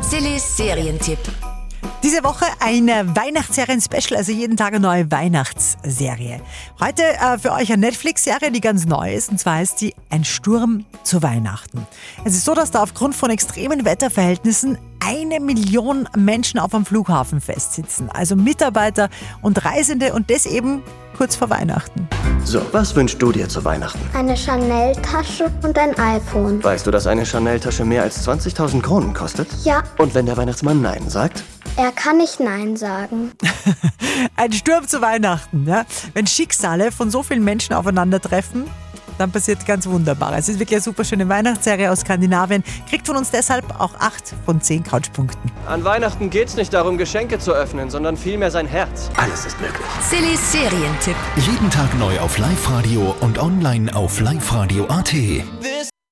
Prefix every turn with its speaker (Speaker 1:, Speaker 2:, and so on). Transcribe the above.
Speaker 1: Sillis Serientipp.
Speaker 2: Diese Woche ein Weihnachtsserien-Special, also jeden Tag eine neue Weihnachtsserie. Heute äh, für euch eine Netflix-Serie, die ganz neu ist, und zwar heißt sie Ein Sturm zu Weihnachten. Es ist so, dass da aufgrund von extremen Wetterverhältnissen eine Million Menschen auf dem Flughafen festsitzen. Also Mitarbeiter und Reisende und das eben kurz vor Weihnachten.
Speaker 3: So, was wünschst du dir zu Weihnachten?
Speaker 4: Eine Chanel-Tasche und ein iPhone.
Speaker 3: Weißt du, dass eine Chanel-Tasche mehr als 20.000 Kronen kostet?
Speaker 4: Ja,
Speaker 3: Und wenn der Weihnachtsmann Nein sagt?
Speaker 4: er kann nicht Nein sagen.
Speaker 2: Ein Sturm zu Weihnachten. Ja? Wenn Schicksale von so vielen Menschen aufeinandertreffen, dann passiert ganz Wunderbares. Es ist wirklich eine super schöne Weihnachtsserie aus Skandinavien. Kriegt von uns deshalb auch 8 von 10 Couchpunkten.
Speaker 5: An Weihnachten geht's nicht darum, Geschenke zu öffnen, sondern vielmehr sein Herz.
Speaker 3: Alles ist möglich.
Speaker 1: Sillis Serientipp.
Speaker 6: Jeden Tag neu auf Live-Radio und online auf liveradio.at.
Speaker 7: This